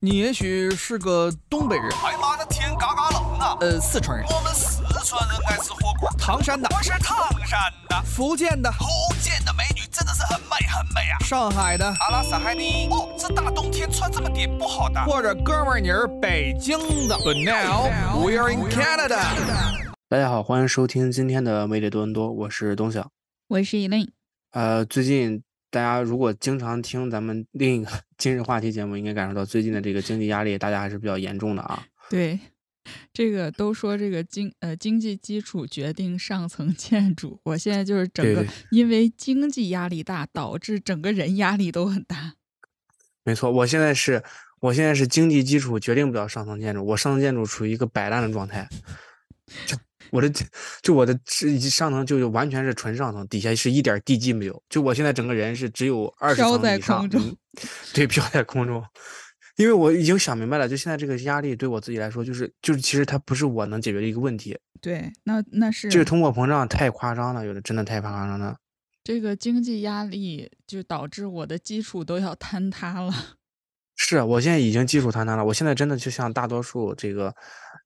你也许是个东北人，哎妈，那天嘎嘎冷啊！呃，四川人，我们四川人爱吃火锅，唐山的，我是唐山的。福建的，福建的美女真的是很美很美啊！上海的，阿拉斯海尼，哦，这大冬天穿这么点不好的。或者哥们儿你是北京的。But now we're in Canada。大家好，欢迎收听今天的《魅力多伦多》，我是东晓。我是 Elaine，呃，最近大家如果经常听咱们另一个 今日话题节目，应该感受到最近的这个经济压力，大家还是比较严重的啊。对，这个都说这个经呃经济基础决定上层建筑，我现在就是整对个对因为经济压力大，导致整个人压力都很大。没错，我现在是，我现在是经济基础决定不了上层建筑，我上层建筑处于一个摆烂的状态。就我的就我的是上层就完全是纯上层，底下是一点地基没有。就我现在整个人是只有二十飘层在以上空中嗯对，飘在空中。因为我已经想明白了，就现在这个压力对我自己来说，就是就是其实它不是我能解决的一个问题，对，那那是这个通货膨胀太夸张了，有的真的太夸张了。这个经济压力就导致我的基础都要坍塌了。是我现在已经基础坍塌了，我现在真的就像大多数这个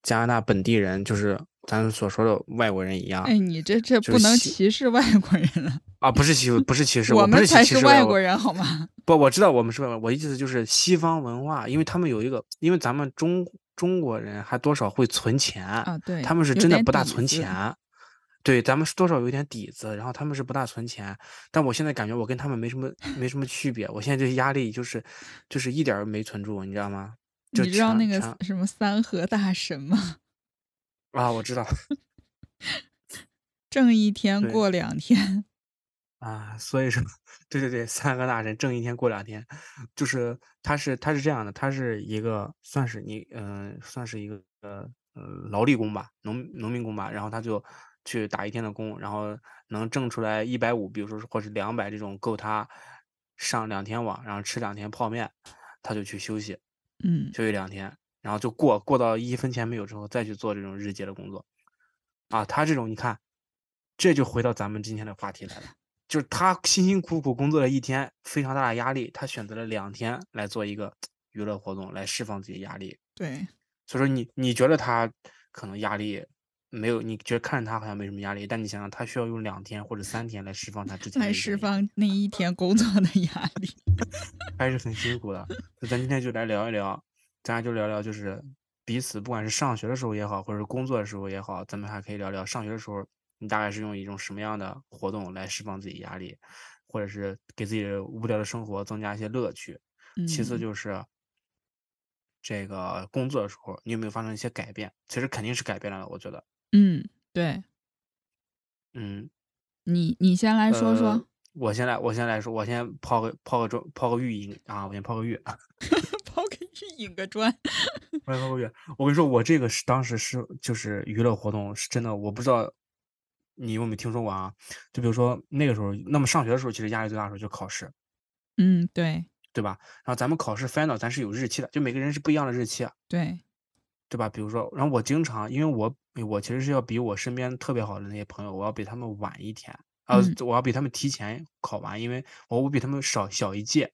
加拿大本地人，就是咱们所说的外国人一样、哎，你这这啊就不是能西歧视外国人了，啊，不是歧不是歧视，我我不们是歧才歧视外国。人好吗？不，我知道我们是外国人，我意思就是西方文化，因为他们有一个，因为咱们中中国人还多少会存钱，啊，对，他们是有真的点不大底存子。钱。啊对，咱们是多少有一点底子，然后他们是不大存钱，但我现在感觉我跟他们没什 么没什么区别，我现在这压力就是就是一点儿没存住，你知道吗？就你知道全那个全什么三和大神吗？ 啊，我知道挣一天对过两天，啊，所以说，对对对，三个大神挣一天过两天，就是他是他是这样的，他是一个算是你嗯、算是一个呃劳力工吧，农农民工吧，然后他就去打一天的工，然后能挣出来一百五，比如说是或是两百这种，够他上两天网，然后吃两天泡面，他就去休息，嗯，休息两天，然后就过过到一分钱没有之后，再去做这种日结的工作。啊，他这种你看，这就回到咱们今天的话题来了，就是他辛辛苦苦工作了一天，非常大的压力，他选择了两天来做一个娱乐活动来释放自己压力。对，所以说你你觉得他可能压力没有，你觉得看着他好像没什么压力，但你想想他需要用两天或者三天来释放他之前的来一些释压力放那一天工作的压力。还是很辛苦的。那咱今天就来聊一聊，咱俩就聊聊，就是彼此不管是上学的时候也好，或者是工作的时候也好，咱们还可以聊聊上学的时候，你大概是用一种什么样的活动来释放自己压力，或者是给自己的无聊的生活增加一些乐趣。其次嗯就是这个工作的时候，你有没有发生一些改变？其实肯定是改变了的，我觉得。嗯，对嗯，你，你先来说说，呃我先来，我先来说，我先抛个抛个砖，抛个玉引啊，我先抛个玉。抛给去引个砖。外国月，我跟你说，我这个是当时是就是娱乐活动，是真的，我不知道你有没有听说过啊？就比如说那个时候，那么上学的时候，其实压力最大的时候就是考试，嗯，对对吧？然后咱们考试 final 咱是有日期的，就每个人是不一样的日期，啊对，对吧？比如说，然后我经常因为我我其实是要比我身边特别好的那些朋友，我要比他们晚一天，啊、嗯我要比他们提前考完，因为我我比他们少小一届，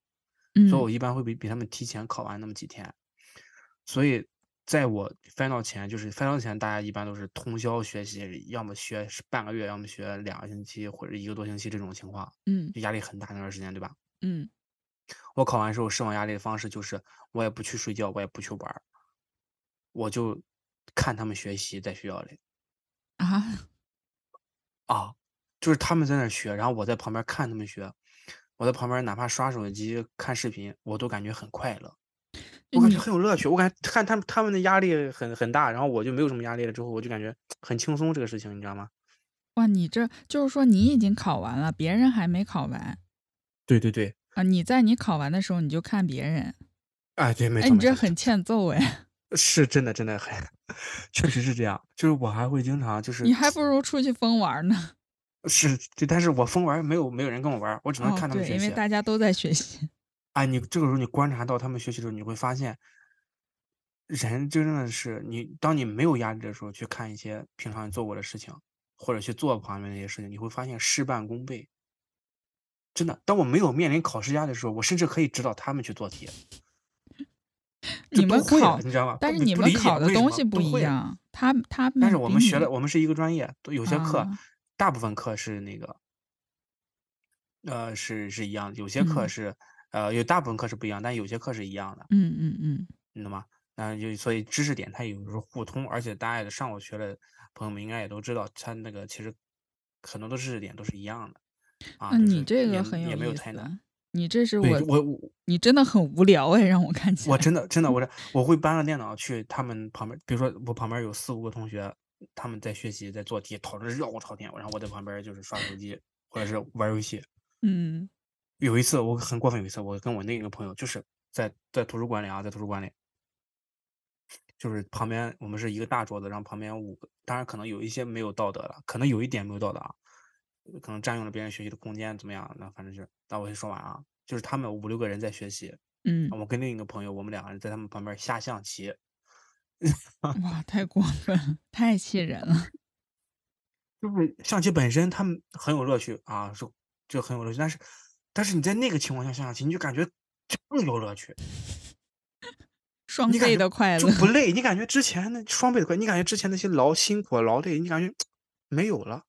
嗯所以我一般会比比他们提前考完那么几天。所以在我 final 前，就是 final 前，大家一般都是通宵学习，要么学是半个月，要么学两个星期或者一个多星期这种情况，嗯就压力很大那段时间，对吧？嗯我考完之后释放压力的方式就是，我也不去睡觉，我也不去玩儿，我就看他们学习在学校里啊，啊，就是他们在那儿学，然后我在旁边看他们学，我在旁边哪怕刷手机看视频，我都感觉很快乐。我感觉你很有乐趣，我感觉看他们他们的压力很很大，然后我就没有什么压力了，之后我就感觉很轻松这个事情，你知道吗？哇，你这就是说你已经考完了，别人还没考完对对对，啊？你在你考完的时候你就看别人，哎对，没错，哎，你没错这很欠揍哎，是真的真的很，确实是这样，就是我还会经常就是你还不如出去疯玩呢。是，对，但是我疯玩儿没有没有人跟我玩儿，我只能哦啊看，他们对，学因习为。大家都在 学习。哎，你这个时候你观察到他们学习的时候，你会发现，人真正的是你，当你没有压力的时候，去看一些平常你做过的事情，或者去做旁边的一些事情，你会发现事半功倍。真的，当我没有面临考试压力的时候，我甚至可以指导他们去做题。就你都们会了考你知道吗？但是你你不们理解考的为什东么西都不一会了样，他他们但是我比们学你了，我们是一个专业，都有些课啊大部分课是那个，呃，是是一样的，有些课嗯是，呃，有大部分课是不一样，但有些课是一样的，嗯嗯嗯你懂吗？那就所以知识点它有时候互通，而且大家也上过学的朋友们应该也都知道，它那个其实很多的知识点都是一样的，啊，那就嗯你是这也个很也有没有意太难。思，你这是对我我我你真的很无聊哎，让我看起我来，真的真的我这我会搬着电脑去他们旁边，比如说我旁边有四五个同学，他们在学习在做题，讨论热火朝天，然后我在旁边就是刷手机或者是玩儿游戏。嗯有一次我很过分，有一次我跟我那个朋友就是在在图书馆里啊，在图书馆里，就是旁边我们是一个大桌子，然后旁边五个，当然可能有一些没有道德了，可能有一点没有道德啊，可能占用了别人学习的空间怎么样？那反正就是，那我先说完啊，就是他们五六个人在学习，嗯，我跟另一个朋友，我们两个人在他们旁边下象棋，啊哇，太过分了，太气人 了，就是象棋本身他们很有乐趣啊，是就很有乐趣，但是但是你在那个情况下下象棋，你就感觉更有乐趣，双你感倍觉的快就乐， 不累，你感觉之前那双倍的快，你感觉之前那些劳辛苦啊劳累，你感觉没有了，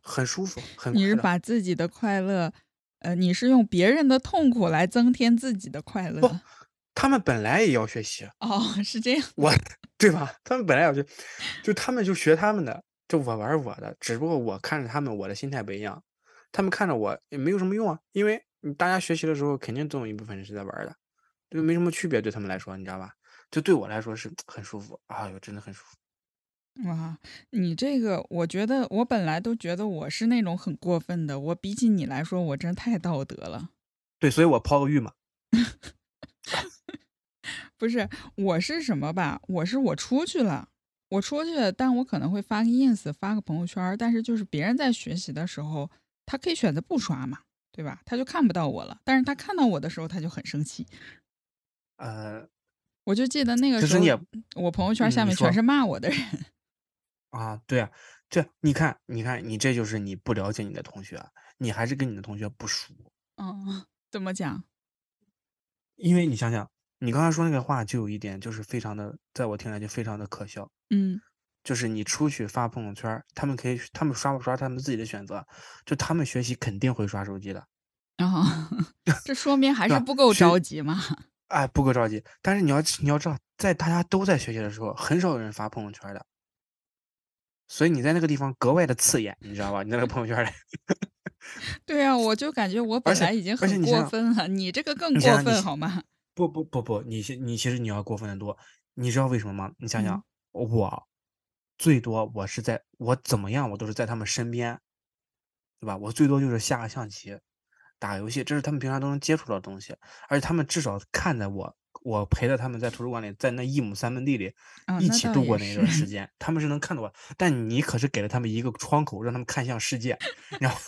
很舒服，很你快是乐。把自己的快乐，呃，你是用别人的痛苦来增添自己的快乐，不他们本来也要学习，哦，是这样，我 对吧？他们本来要学，就他们就学他们的，就我玩儿我的，只不过我看着他们，我的心态不一样。他们看着我也没有什么用啊，因为你大家学习的时候，肯定总有一部分人是在玩儿的，就没什么区别。对他们来说，你知道吧？就对我来说是很舒服，哎呦，真的很舒服。哇，你这个，我觉得我本来都觉得我是那种很过分的，我比起你来说，我真太道德了。对，所以我抛个玉嘛，不是，我是什么吧？我是我出去了，我出去了，但我可能会发个 ins，发个朋友圈儿。但是就是别人在学习的时候，他可以选择不刷嘛，对吧？他就看不到我了。但是他看到我的时候，他就很生气。呃，我就记得那个其时实候你也，我朋友圈嗯下你面说全是骂我的人。啊，对啊，这你看，你看，你这就是你不了解你的同学，啊你还是跟你的同学不熟。嗯，怎么讲？因为你想想，你刚才说那个话，就有一点就是非常的，在我听来就非常的可笑，嗯就是你出去发朋友圈儿，他们可以，他们刷不刷他们自己的选择，就他们学习肯定会刷手机的， 啊，这说明还对是吧不够学 着急嘛。哎，不够着急。但是你要你要知道，在大家都在学习的时候，很少有人发朋友圈儿的，所以你在那个地方格外的刺眼，你知道吧？你在那个朋友圈儿里，对啊，我就感觉我本且来已经而且很你想过想分了，你这个更你想过想你分是好吗？不不不不，你其你其实你要过分的多，你知道为什么吗？你想想，嗯我最多我是在我怎么样，我都是在他们身边，对吧？我最多就是下个象棋、打游戏，这是他们平常都能接触到的东西，而且他们至少看在我我陪着他们在图书馆里，在那一亩三分地里啊，一那起倒度也过那一是 段。时间，他们是能看到我，但你可是给了他们一个窗口，让他们看向世界，然后。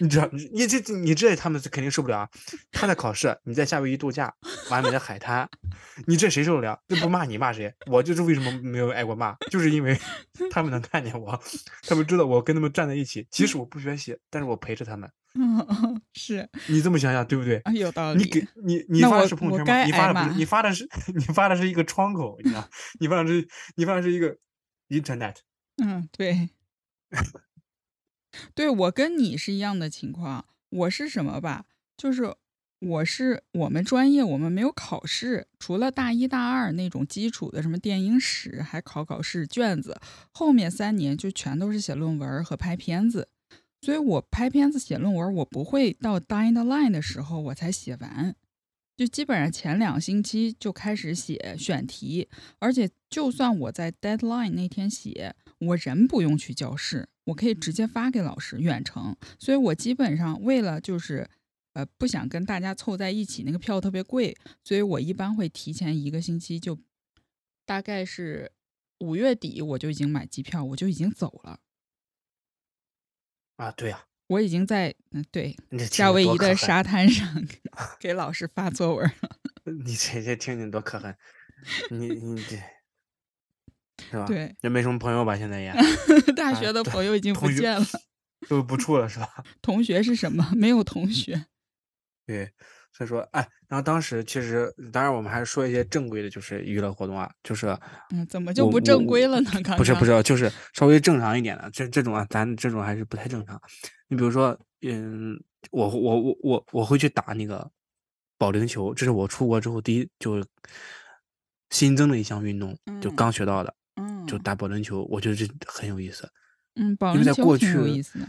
你知道，你这你这他们是肯定受不了啊！他在考试，你在夏威夷度假，完美的海滩，你这谁受得了？这不骂你骂谁？我就是为什么没有挨过骂，就是因 为他们能看见我，他们知道我跟他们站在一起。即使我不学习，但是我陪着他们。嗯， 是你这么想想对不对？啊，有道理。你给你你那发我的是朋友我圈吗？该你发挨的不是，骂你发的是 你发的是一个窗口，你知道？你发的是你发的是一个 internet。嗯，对， 对我跟你是一样的情况。我是什么吧？就是我是我们专业我们没有考试，除了大一大二那种基础的什么电影史，还考考试卷子，后面三年就全都是写论文儿和拍片子。所以我拍片子、写论文儿，我不会到 deadline 的时候我才写完，就基本上前两星期就开始写选题，而且就算我在 deadline 那天写，我人不用去教室，我可以直接发给老师远程，所以我基本上为了就是。呃，不想跟大家凑在一起，那个票特别贵，所以我一般会提前一个星期就，大概是五月底我就已经买机票，我就已经走了，啊，对呀、啊，我已经在嗯对你这听夏着威多夷可的恨沙滩上给 老师发作文了。你这这听你多可恨，你你这是吧？对， 也没什么朋友吧？现在也大学的朋友已经啊不同学见 了，都不处了，是吧？同学是什么？没有同学。对，所以说，哎，然后当时其实，当然我们还说一些正规的，就是娱乐活动啊，就是嗯，怎么就我不正我规了呢？刚刚不是不是，就是稍微正常一点的，这这种啊，咱这种还是不太正常。你比如说，嗯，我我我我我会去打那个保龄球，这是我出国之后第一就是新增的一项运动，就嗯刚学到的，嗯，就打保龄球，我觉得这很有意思。嗯，保因为在龄球过挺有去意思的，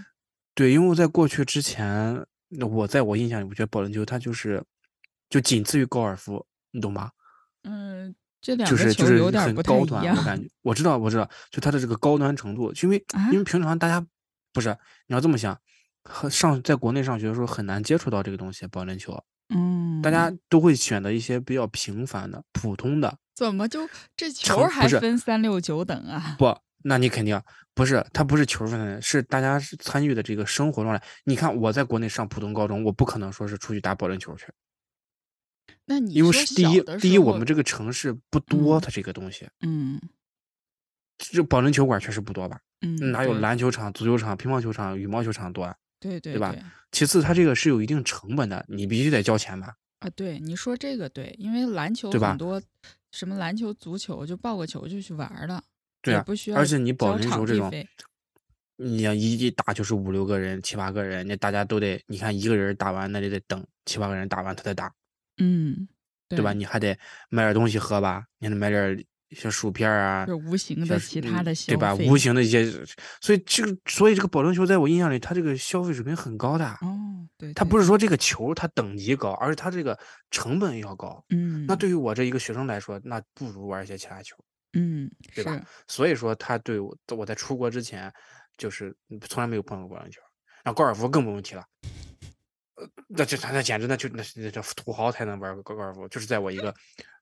对，因为我在过去之前，那我在我印象里，我觉得保龄球它就是就仅次于高尔夫，你懂吧？嗯，这两就个是就球是有点很不太高一端，样我，感觉我知道我知道，就它的这个高端程度，因为、 啊因为平常大家不是你要这么想，和上在国内上学的时候很难接触到这个东西，保龄球，嗯，大家都会选择一些比较平凡的、普通的。怎么就这球成儿不还是分三六九等 啊？不，那你肯定不是，它不是球分的，是大家是参与的这个生活状态。你看我在国内上普通高中，我不可能说是出去打保龄球去，那你因为说是第小一的第时一我候们这个城市不多，嗯它这个东西，嗯这保龄球馆确实不多吧？嗯哪有对篮球场、足球场、乒乓球场、羽毛球场多啊？对对对吧其次，它这个是有一定成本的，你必须得交钱吧？啊，对，你说这个对，因为篮球对吧很多什么篮球、足球就抱个球就去玩儿了，对也啊不需，要而且你保交龄场球这地种，费你要一一打就是五六个人、七八个人，那大家都得，你看一个人打完，那就得等七八个人打完他再打，嗯，对对吧？？你还得买点东西喝吧，你还得买点小薯片儿啊就，无形小的薯其他嗯的消费，对吧？无形的一些，所以这个，所以这个保龄球在我印象里，它这个消费水平很高的。哦，对，它对不是说这个球它等级高，而是它这个成本要高。嗯，那对于我这一个学生来说，那不如玩一些其他球。嗯对是吧所以说他对我我在出国之前，就是嗯从来没有碰过保龄球，然后高尔夫更不用提了。呃，那这那简直那就那那这土豪才能玩高高尔夫，就是在我一个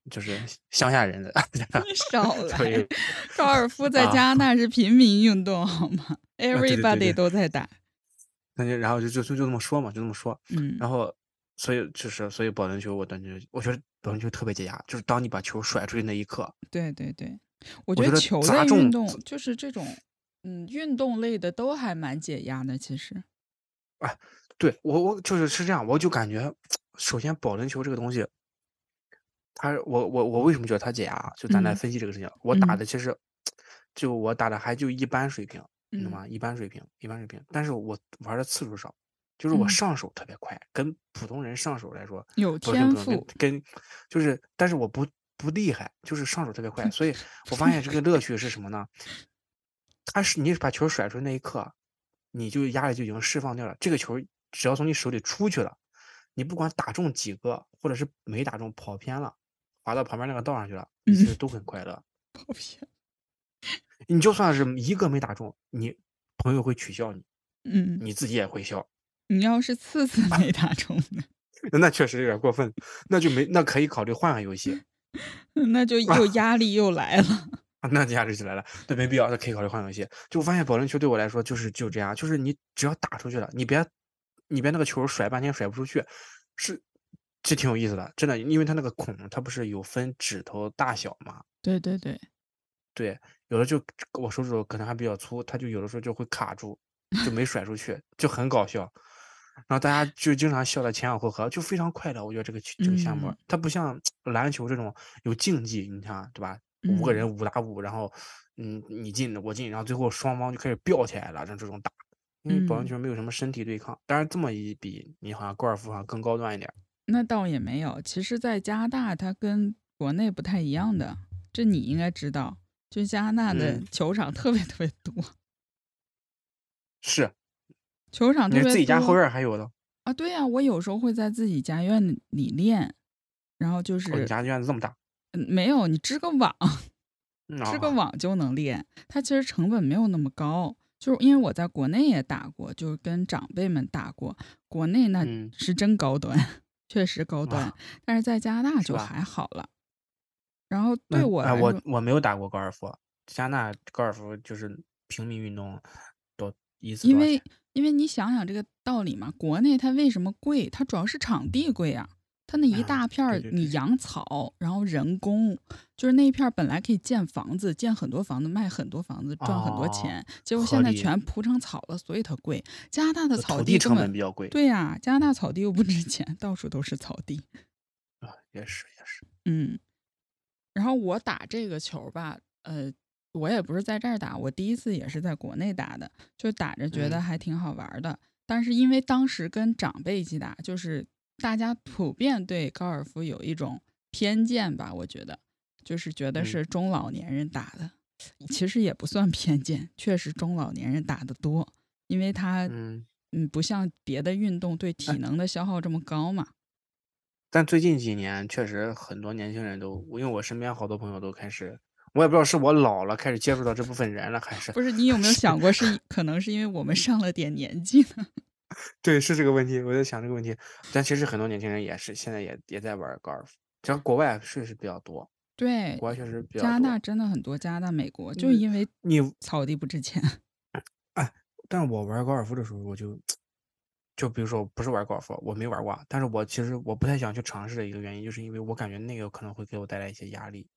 就是乡下人的 少这么一来个，高尔夫在啊加拿大是平民运动好吗对对对？Everybody 都在打，那就然后就就就就这么说嘛，就这么说。嗯，然后所以就是所以保龄球我感觉我觉得保龄球特别解压，就是当你把球甩出去那一刻，对对对，我觉觉得球砸类中运动就是这种，嗯，运动类的都还蛮解压的，其实，对我我就是是这样，我就感觉首先保龄球这个东西，它我我我为什么觉得它解压？就咱来嗯分析这个事情，我打嗯的其实就我打的还就一般水平，你懂嗯吗？一般水平，一般水平，但是我玩的次数少。就是我嗯上手特别快，跟普通人上手来说，有保龄天球不能赋，跟跟就是，但是我不不厉害，就是上手特别快，嗯所以我发现这个 乐趣是什么呢？它是你把球甩出去那一刻，你就压力就已经释放掉了。这个球只要从你手里出去了，你不管打中几个，或者是没打中跑偏了，滑到旁边那个道上去了，你其嗯实都很快乐。你就算是一个没打中，你朋友会取笑你，嗯，你自己也会笑。 你要是次次没打中呢， 那确实有点过分，那就没那可以考虑换个游戏。那就 又压力又来了，啊那价值就来了，那没必要，那可以考虑换游戏。就我发现保龄球对我来说就是就这样，就是你只要打出去了，你别你别那个球甩半天甩不出去，是这挺有意思的，真的，因为它那个孔它不是有分指头大小嘛，对对对，对，有的就我手指头可能还比较粗，它就有的时候就会卡住，就没甩出去，就很搞笑。然后大 家就经常笑得前仰后合，就非常快乐。我觉得这个这个项目，嗯它不像篮球这种有竞技，你看对吧？五个人五打五，然后嗯你进我进，然后最后双方就开始飙起来了，这这种打。因为保龄嗯球没有什么身体对抗，当然这么一比，你好像高尔夫好像更高端一点儿。那倒也没有，其实，在加拿大它跟国内不太一样的，这你应该知道，就加拿大的嗯球场特别特别多，是，啊球场特你别是多，自己家后院儿还有的，哦啊，对呀、我有时候会在自己家院里练，然后就哦，你是、家院子这么大，嗯没有你织个网，嗯织个啊网就能练。它其实成本没有那么高，就是因为我在国内也打过，就是跟长辈们打过，国内那嗯是真高端，确实高端，但是在加拿大是就吧还好了。然后那对我哎来我说，我没有打过高尔夫，加拿大高尔夫就是平民运动，多一次因多少为钱因为你想想这个道理嘛，国内它为什么贵？它主要是场地贵啊，它那一啊大片儿对对你对养草，然后人工，就是那一片儿本来可以建房子，建很多房子，卖很多房子，赚很多哦钱，结果合现在理全铺成草了，所以它贵。加拿大的草土地根成本本比较贵，对呀、加拿大草地又不值钱，到处都是草地。啊，也是也是，嗯，然后我打这个球吧，呃，我也不是在这儿打，我第一次也是在国内打的，就打着觉得嗯还挺好玩儿的。但是因为当时跟长辈一起打，就是大家普遍对高尔夫有一种偏见吧，我觉得就是觉得嗯是中老年人打的，其实也不算偏见，确实中老年人打的多，因为他嗯。哎嗯不像别的运动对体能的消耗这么高嘛。但最近几年，确实很多年轻人都，因为我身边好多朋友都开始，我也不知道是我老了开始接触到这部分人了，还 是不是你有没有想过是可能是因为我们上了点年纪呢？ 对，是这个问题，我在想这个问题。但其实很多年轻人也是现在也也在玩儿高尔夫，只要国外确实比较多，对，国外确实比较加拿多大。真的很多，加拿大、美国就嗯因为你，草地不值钱，但是我玩高尔夫的时候，我就，就比如说不是玩高尔夫，我没玩过啊，但是我其实我不太想去尝试的一个原因，就是因为我感觉那个可能会给我带来一些压力，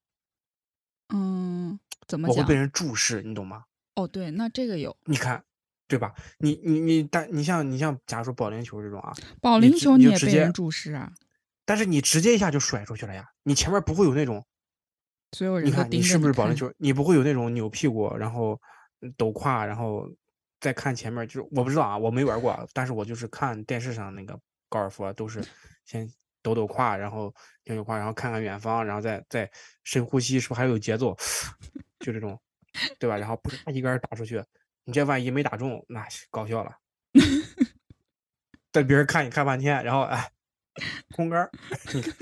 嗯，怎么我会讲被？人注视，你懂吗？哦，对，那这个有你看，对吧？你你你，但你像你像，假如说保龄球这种啊，保你龄直球，你你就也直被接人注视啊，但是你直接一下就甩出去了呀，你前面不会有那种，所有人你都看盯着是不是保龄看？球，你不会有那种扭屁股，然后嗯抖胯，然后再看前面，就是我不知道啊，我没玩过啊，但是我就是看电视上那个高尔夫啊，都是先抖抖胯，然后扭扭胯，然后看看远方，然后再再深呼吸，是不是还有节奏？ 就这种，对吧？然后啪一杆儿打出去，你这万一没打中，那是搞笑了。 在别人看你看半天，然后哎，空杆儿， 你看，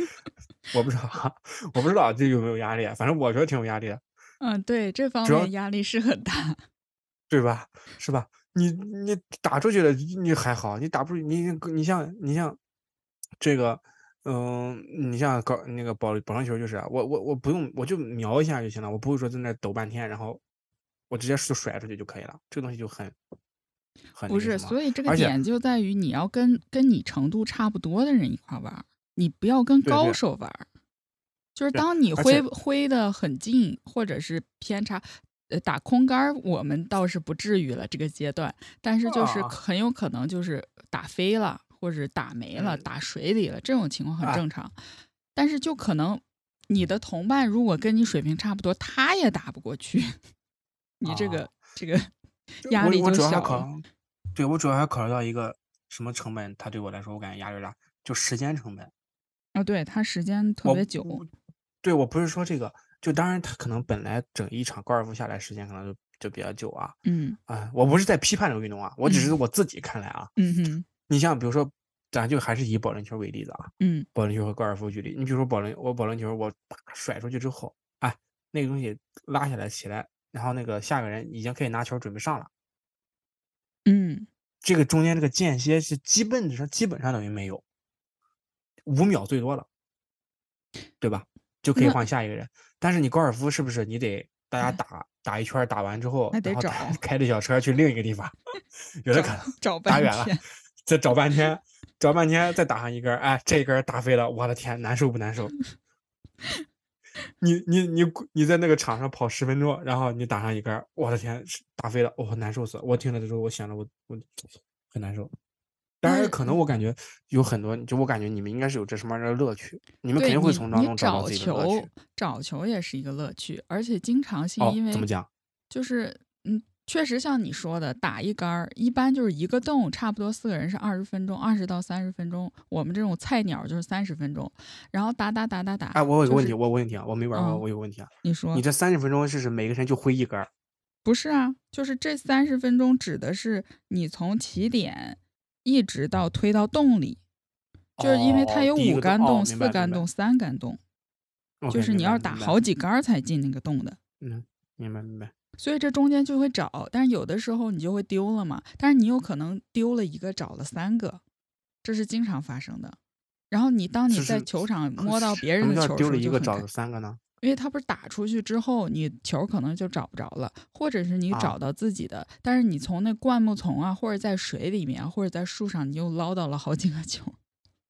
我不知道啊，我不知道这有没有压力，啊反正我觉得挺有压力的，嗯，对，这方主要面压力是很大。对吧？是吧？你你打出去了，你还好，你打不出去，你你像你像这个，嗯、你像搞那个保保龄球，就是啊我我我不用，我就瞄一下就行了，我不会说在那儿抖半天，然后我直接就甩出去就可以了，这个东西就很很不那个是，什么所以这个而且点就在于你要跟跟你程度差不多的人一块玩儿，你不要跟对高对手玩儿。就是对当你而挥且挥的很近，或者是偏差，呃，打空杆儿我们倒是不至于了这个阶段，但是就是啊很有可能就是打飞了，或者打没了、嗯打水里了，这种情况很啊正常。但是就可能你的同伴如果跟你水平差不多，他也打不过去， 你这啊个、这个就压我力我就主要还小考了。量，对我主要还考虑到一个什么成本，它对我来说我感觉压力有点大，就时间成本。啊，对，它时间特我别久，我对我不是说这个，就当然他可能本来整一场高尔夫下来时间可能就就比较久啊嗯啊，我不是在批判这个运动啊，我只是我自己看来啊，嗯哼，你像比如说，咱就还是以保龄球为例子啊，嗯保龄球和高尔夫距离，你比如说保龄，我保龄球我啪甩出去之后，哎，那个东西拉下来起来，然后那个下个人已经可以拿球准备上了。嗯，这个中间这个间歇是基本上基本上等于没有，五秒最多了，对吧？就可以那换下一个人。但是你高尔夫是不是你得大家打打一圈儿，打完之后还，得然后找打开着小车去另一个地方， 有的找可能 找打半远了天，再找半天，找半天再打上一根儿，哎，这一根儿打飞了，我的天，难受不难 受？你你你你在那个场上跑十分钟，然后你打上一杆儿，我的天，是打飞了，我、难受死了！我听了的时候，我想着我我很难受。当然，但可能我感觉有很多，就我感觉你们应该是有这什么样的乐趣，你们肯对定会你从当你中找到找自己的乐球趣。找球也是一个乐趣，而且经常性哦因为、，怎么讲？就是嗯，确实像你说的，打一杆儿一般就是一个洞，差不多四个人是二十分钟，二十到三十分钟，我们这种菜鸟就是三十分钟，然后打打打打打，哎，我有个就问题，是我有个问题啊，我没玩过，嗯我有个问题啊。你说你这三十分钟是指每个人就挥一杆儿？不是啊，就是这三十分钟指的是你从起点一直到推到洞里，就是因为它哦有第一五个杆哦洞、明白四了杆明白洞、三杆洞，就 OK，是你明白要了打明白好几杆儿才进那个洞的。嗯，明白明白。所以这中间就会找，但是有的时候你就会丢了嘛，但是你有可能丢了一个，找了三个，这是经常发生的。然后你当你是在是球场可摸到别什人么的叫球时丢候了一就个很找尴了三个呢？因为他不是打出去之后，你球可能就找不着了，或者是你啊找到自己的，但是你啊从那灌木丛啊，或者在水里面，或者在树上，你又捞到了好几个球。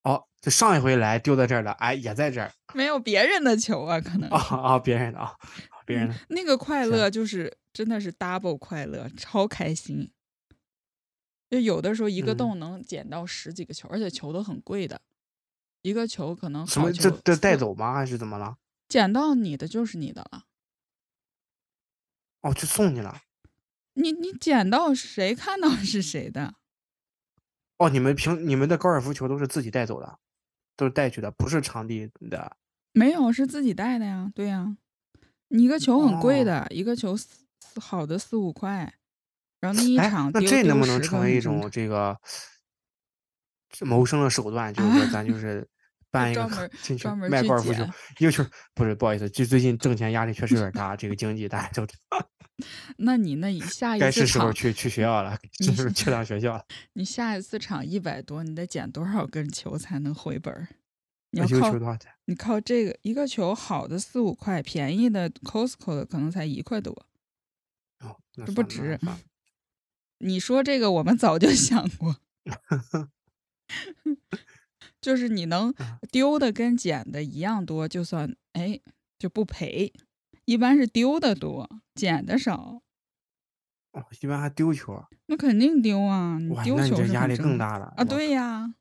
哦，就上一回来丢在这儿的，哎，也在这儿没有别人的球啊，可能啊啊，别人的啊，别人的，那个快啊乐就是真的是 double 快乐，超开心。就有的时候一嗯个洞能捡到十几个球，而且球都很贵的，一个球可能什好么球这这带 四走吗？还是怎么了？捡到你的就是你的了。哦，就送你了。你你捡到谁看到是谁的？哦，你们平你们的高尔夫球都是自己带走的，都是带去的，不是场地的。没有，是自己带的呀，对呀。你一个球很贵哦的，一个球四四好的四五块，然后那一哎场，那丢这丢能不能10成个为很一正种常这个这谋生的手段？就是说， 咱就是办一个专门进去专门卖去高尔夫球捡，因为就是不是不好意思，就最近挣钱压力确实有点大，这个经济大家都那你那你下该一次是时候啊场，去去学 校了，你是不是是去趟学校了？你下一次场一百多，你得捡多少根球才能回本儿？那你要一个靠球多少钱？你靠这个一个球好的四五块，便宜的 Costco 的可能才一块多。哦，那这算不了那值算了你说这个，我们早就 想 过，就是你能嗯丢的跟捡的一样多，就算哎就不赔。一般是丢的多，捡的少，哦，一般还丢球儿，那肯定丢啊！你哇，丢那你球这是压很力正更常大了啊，我对呀，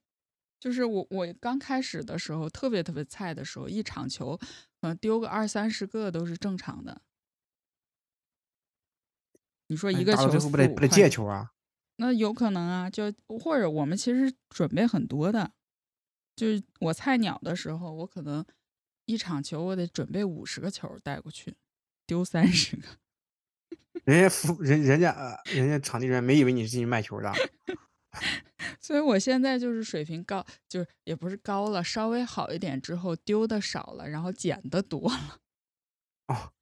就是我我刚开始的时候特别特别菜的时候，一场球，呃，丢个二三十个都是正常的。你说那一你个哎打到球最四后五不得不得块 借钱球啊？那有可能啊，就或者我们其实准备很多的，就是我菜鸟的时候，我可能一场球我得准备五十个球带过去，丢三十个。 人家服人人家呃人家场地人没以为你是进去卖球儿 的，所以我现在就是水平高，就是也不是高了，稍微好一点之后丢的少了，然后捡的多了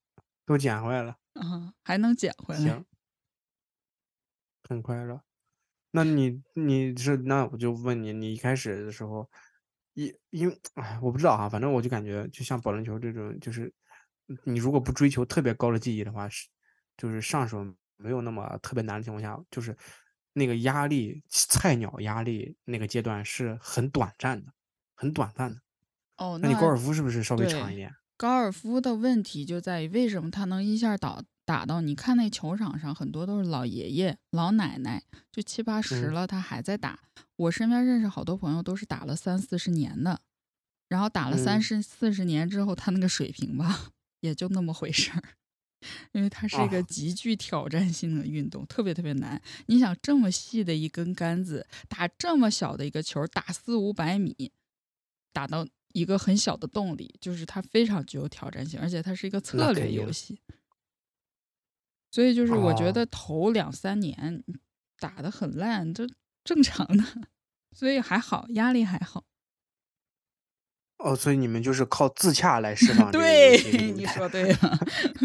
都捡回来了，啊，还能捡回来。行，很快乐。那你你是那我就问你，你一开始的时候，一因为哎我不知道哈、反正我就感觉就像保龄球这种，就是你如果不追求特别高的技艺的话，是就是上手没有那么特别难的情况下，就是那个压力菜鸟压力那个阶段是很短暂的，很短暂的。哦，那你高尔夫是不是稍微长对一点？高尔夫的问题就在于为什么他能一下打打到？你看那球场上很多都是老爷爷、老奶奶，就七八十嗯了，他还在打。我身边认识好多朋友都是打了三四十年的，然后打了三嗯十四十年之后，他那个水平吧，也就那么回事儿。 因为它是一个啊极具挑战性的运动，特别特别难。你想这么细的一根杆子打这么小的一个球，打四五百米，打到一个很小的洞里，就是它非常具有挑战性，而且它是一个那策肯略定游戏。所以就是我觉哦得头两三年你打得很烂，这正常的，所以还好，压力还好。哦，所以你们就是靠自洽来 释放这个游戏对，里 你面说对 了，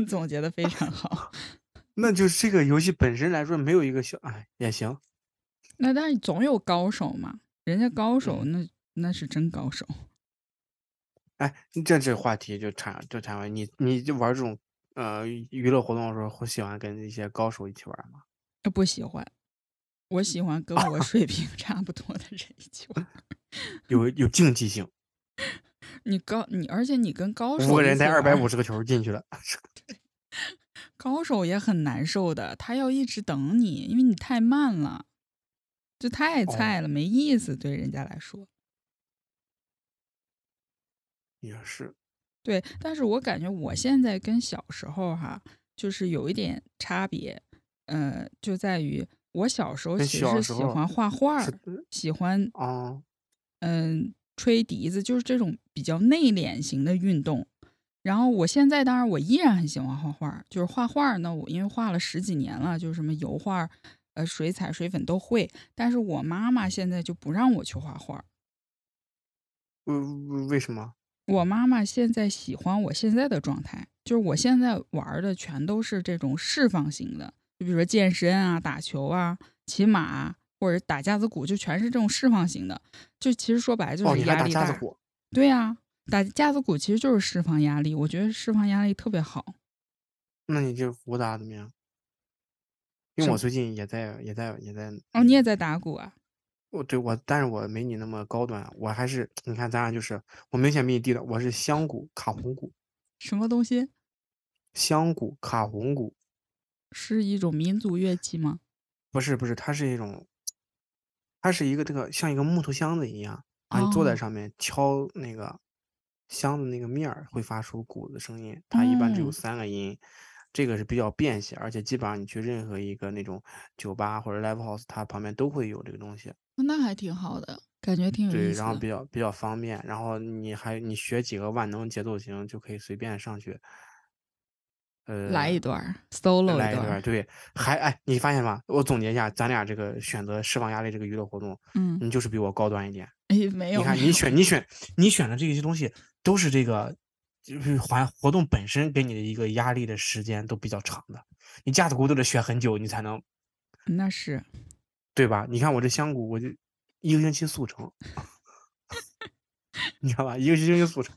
总结的非常好。那就是这个游戏本身来说，没有一个小，哎，也行。那但是总有高手嘛，人家高嗯手那、那是真高手。哎，这这话题就产就产生你你就玩这种呃娱乐活动的时候，会喜欢跟一些高手一起玩吗？呃不喜欢，我喜欢跟我 水平差不多的人一起玩。有有竞技性，你高你，而且你跟高手五个人一带起二百玩五，十个球进去了， 高手也很难受的，他要一直等你，因为你太慢了，就太哦菜了，没意思，对人家来说。也是对，但是我感觉我现在跟小时候哈，就是有一点差别，呃，就在于我小时候跟其小实时喜候欢画画是儿，喜欢啊嗯，吹笛子，就是这种比较内敛型的运动。然后我现在当然我依然很喜欢画画儿，就是画画儿呢，我因为画了十几年了，就是什么油画儿、呃水彩、水粉都会。但是我妈妈现在就不让我去画画儿，为为为什么？我妈妈现在喜欢我现在的状态，就是我现在玩儿的全都是这种释放型的，就比如说健身啊、打球啊、骑马啊或者打架子鼓，就全是这种释放型的。就其实说白了就哦，是你还压打力架大。子鼓？对呀、打架子鼓其实就是释放压力，我觉得释放压力特别好。那你这鼓打得怎么样？因什为我么最近也在也在也在哦哦，你也在打鼓啊？我对我，但是我没你那么高端啊，我还是你看咱俩就是我明显比你低的，我是香菇、卡红菇、什么东西香菇、卡红菇，是一种民族乐器吗？不是不是，它是一种，它是一个这个像一个木头箱子一样，然后你坐在哦上面敲那个箱子那个面儿，会发出鼓的声音。它一般只有嗯三个音，这个是比较便携，而且基本上你去任何一个那种酒吧或者 live house，它旁边都会有这个东西。哦那还挺好的，感觉挺有对，意思然后的。比较比较方便，然后你还你学几个万能节奏型就可以随便上去，呃，来一段儿 solo 来一段段儿，儿，对，还哎，你发现吗？我总结一下，咱俩这个选择释放压力这个娱乐活动，嗯，你就是比我高端一点。哎，没有，你看，没你有选你选你选的这些东西，都是这个就是环活动本身给你的一个压力的时间都比较长的，你架子鼓都得学很久，你才能那是对吧？你看我这香鼓，我就一个星期速 成，你知道吧？一个星期速成，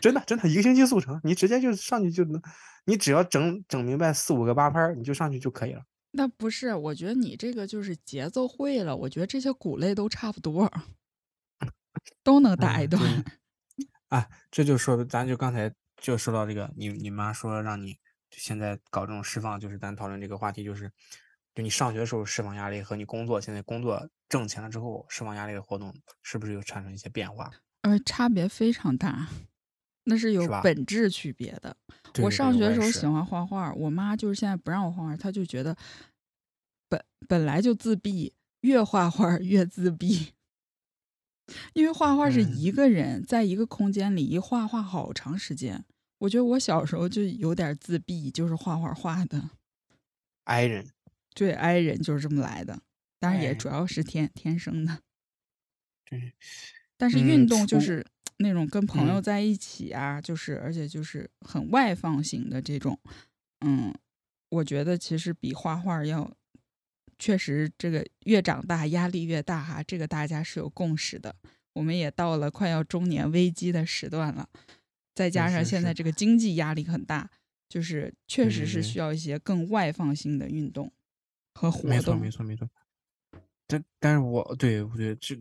真的真的，一个星期速成，你直接就上去就能，你只要整整明白四五个八拍儿，你就上去就可以了。那不是，我觉得你这个就是节奏会了，我觉得这些鼓类都差不多，都能打一嗯段对儿。啊，这就说，咱就刚才就说到这个，你你妈说让你就现在搞这种释放，就是咱讨论这个话题，就是就你上学的时候释放压力和你工作现在工作挣钱了之后释放压力的活动，是不是有产生一些变化？呃，差别非常大，那是有吧本质区别的。对对我上对学的时也候是喜欢画画，我妈就是现在不让我画画，她就觉得本本来就自闭，越画画越自闭。 因为画画是嗯一个人在一个空间里一画画好长时间，我觉得我小时候就有点自闭，就是画画画的， i 人，对，i 人就是这么来的。当然也哎主要是天天生的，对，但是嗯运动我就是那种跟朋友嗯在一起啊，就是而且就是很外放型的这种，嗯，我觉得其实比画画要，确实这个越长大压力越大哈，这个大家是有共识的。我们也到了快要中年危机的时段了，再加上是现是在这个经济压力很大，就是确实是嗯需要一些更外放性的运动和活动。没错没错没错。但但是我对我觉得这，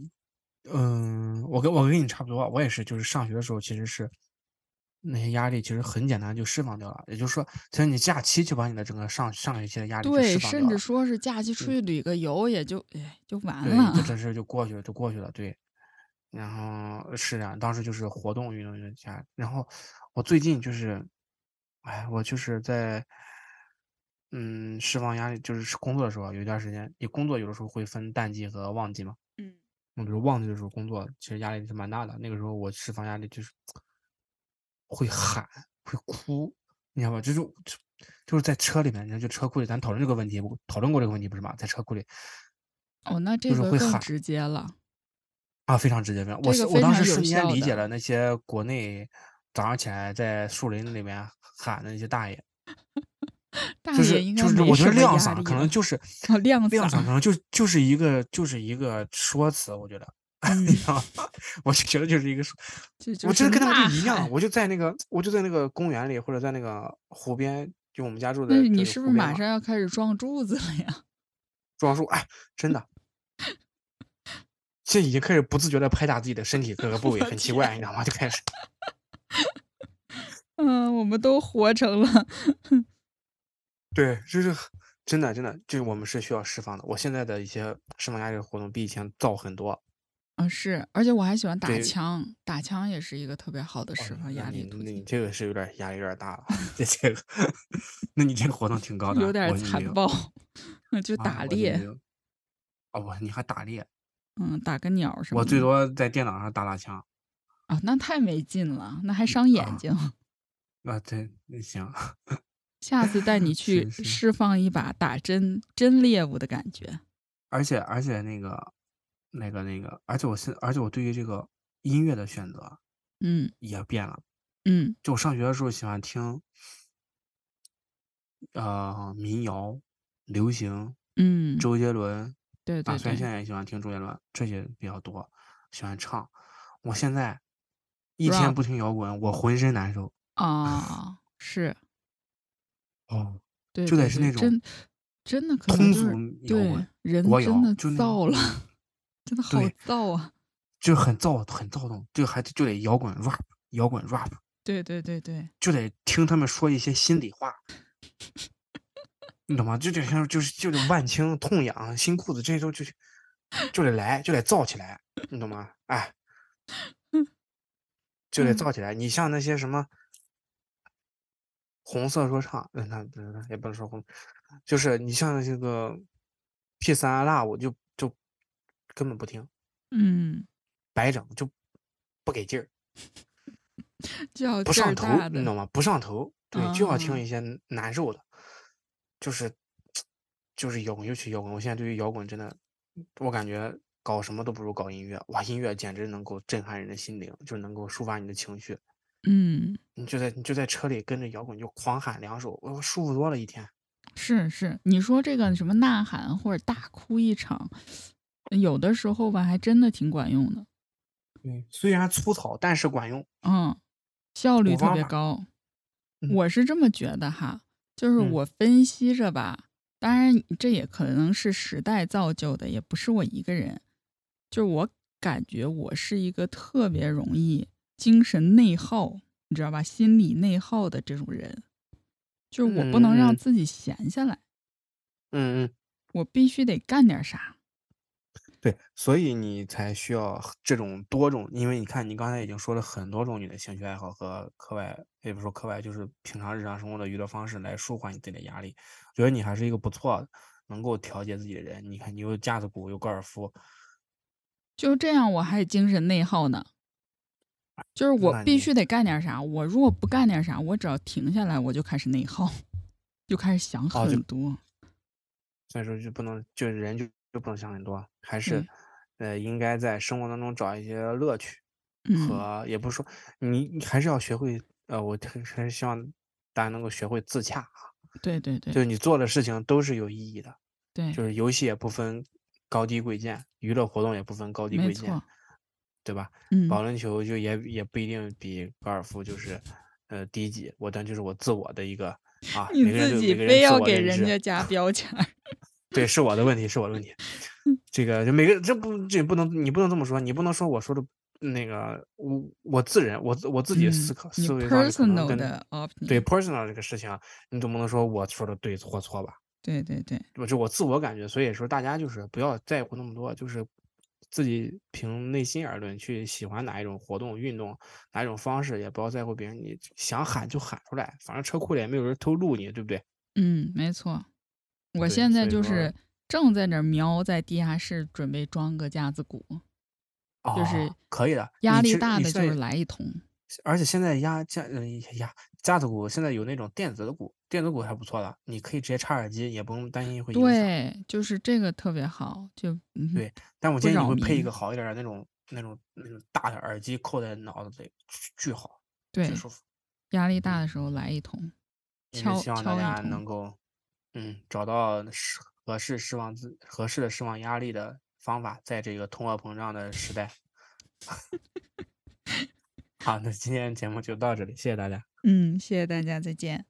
嗯，我跟我跟你差不多啊，我也是，就是上学的时候其实是那些压力其实很简单就释放掉了，也就是说，其实你假期就把你的整个上上学期的压力就释对，放甚掉至了。嗯说是假期出去旅个游，也就哎就完对，就了。这事儿就过去了，就过去了。对，然后是啊，当时就是活动运动一下，然后我最近就是，哎，我就是在，嗯，释放压力，就是工作的时候啊有一段时间，你工作有的时候会分淡季和旺季嘛。嗯，我比如旺季的时候工作，其实压力是蛮大的。那个时候我释放压力就是会喊，会哭，你知道吧？就是就就是在车里面，你知道就车库里，咱讨论这个问题，我讨论过这个问题不是吗？在车库里哦，那这就是个会更喊直接了。啊，非常直接非常我这是个我非当常时有瞬间效理解的了那些国内早上起来在树林里面喊的那些大爷，大就是爷应该就是没我觉什得么亮压嗓力啊可能了就是哦 亮亮嗓嗓可能就就是一个就是一个说辞，我觉得，嗯你知道吗？我就觉得就是一个说，就就我真的是跟他们呐就一样，喊我就在那个我就在那个公园里或者在那个湖边，就我们家住的但是这你个是不湖是边马嘛上要开始撞柱子了呀？装束，哎，真 的，现在已经开始不自觉的拍打自己的身体各个部位，我很奇天怪，你知道吗？就开始。嗯，我们都活成了，对，就是很真的，真的，就是我们是需要释放的。我现在的一些释放压力的活动比以前燥很多。啊是，而且我还喜欢打对哦枪，打枪也是一个特别好的释放那压力你途那你径，这个是有点儿压力有点儿大了， 这这个，那你这个活动挺高的啊，有点我就没有残暴， 就啊打我就没猎，有哦，我你还打猎？嗯，打个鸟什么的。我最多在电脑上打打枪。啊，那太没劲了，那还伤眼啊睛。啊，对，那行，下次带你 去是是释放一把打真真猎物的感觉。而且而且那个那个那个，而且我现而且我对于这个音乐的选择嗯也变了。嗯，就我上学的时候喜欢听，呃，民谣、流行，嗯周杰伦对啊，对虽然现对，在也喜欢听周杰伦，这些比较多，喜欢唱。我现在一 Rock 天不听摇滚，我浑身难受。啊，是，哦，对，就得对是对那种真真的可能通就俗是摇滚对人国真摇的就那造种嗯了， 真的好对燥啊！就很躁很躁动，就还就得摇滚 rap，摇滚 rap，对对对对，就得听他们说一些心里话，你懂吗？就得像就是就得万青、痛痒、新裤子这些都就就得来，就得燥起来，你懂吗？哎，就得嗯燥起来。你像那些什么红色说唱，嗯，那那也不能说红，就是你像这个 P 三 L，我就就根本不听，嗯，白整就不给劲儿。就要不劲上儿头大，你懂的，吗？不上头，对，就要听啊一些难受的，就是就是摇滚，尤其摇滚。我现在对于摇滚真的，我感觉搞什么都不如搞音乐。哇，音乐简直能够震撼人的心灵，就能够抒发你的情绪。嗯，你就在你就在车里跟着摇滚就狂喊两首，我舒服多了一天。是是，你说这个什么呐喊或者大哭一场，有的时候吧，还真的挺管用的，对，虽然粗糙，但是管用。嗯，效率我特方别法高。嗯我是这么觉得哈，就是嗯我分析着吧，当然这也可能是时代造就的，也不是我一个人。就是我感觉我是一个特别容易精神内耗，你知道吧，心理内耗的这种人。就是我不能嗯让嗯自己闲下来，嗯嗯，我必须得干点啥。对，所以你才需要这种多种，因为你看，你刚才已经说了很多种你的兴趣爱好和课外，也不是说课外，就是平常日常生活的娱乐方式来舒缓你自己的压力。觉得你还是一个不错，能够调节自己的人。你看，你有架子鼓，有高尔夫，就这样，我还精神内耗呢。就是我那必你须得干点啥，我如果不干点啥，我只要停下来，我就开始内耗， 就开始想哦就很多。所以说就不能，就人就就不能想很多，啊还是对，呃，应该在生活当中找一些乐趣。嗯，和也不是说你你还是要学会，呃，我还还是希望大家能够学会自洽啊，对对就对是你做的事情都是有意义的，对就，是游戏也不分高低贵贱，娱乐活动也不分高低没贵贱错，，对吧？嗯，保龄球就也也不一定比高尔夫就是呃低级，我但就是我自我的一个啊， 你每个人都自有己每个人非自要我给认人知家加标签儿，对，是我的问题，是我的 问题。嗯这个就每个这不这不能你不能这么说，你不能说我说的那个我我自认我自我自己思嗯考、你思维方式可能 personal 跟的嗯 opinion，对 personal 这个事情，啊你总不能说我说的对或错吧？对对对，我就我自我感觉，所以说大家就是不要在乎那么多，就是自己凭内心而论去喜欢哪一种活动、运动，哪一种方式，也不要在乎别人。你想喊就喊出来，反正车库里也没有人偷录你，对不对？嗯，没错。我对现所在以就说是正在那儿瞄，在地下室准备装个架子鼓，就是哦可以的，压你力其实大你的现就在是来一桶。而且现在压架呃压架子鼓现在有那种电子的鼓，电子鼓还不错的，你可以直接插耳机，也不用担心会影响。对，就是这个特别好，就嗯，对，但我不建议你扰会配一民个好一点儿的那种那种那种大的耳机，扣在脑子里，巨巨好，对巨，舒服。压力大的时候来一桶，嗯也是敲希望大敲家一能桶。够嗯找到适合适释放自合适的释放压力的方法，在这个通货膨胀的时代。 好，那今天节目就到这里，谢谢大家。嗯，谢谢大家，再见。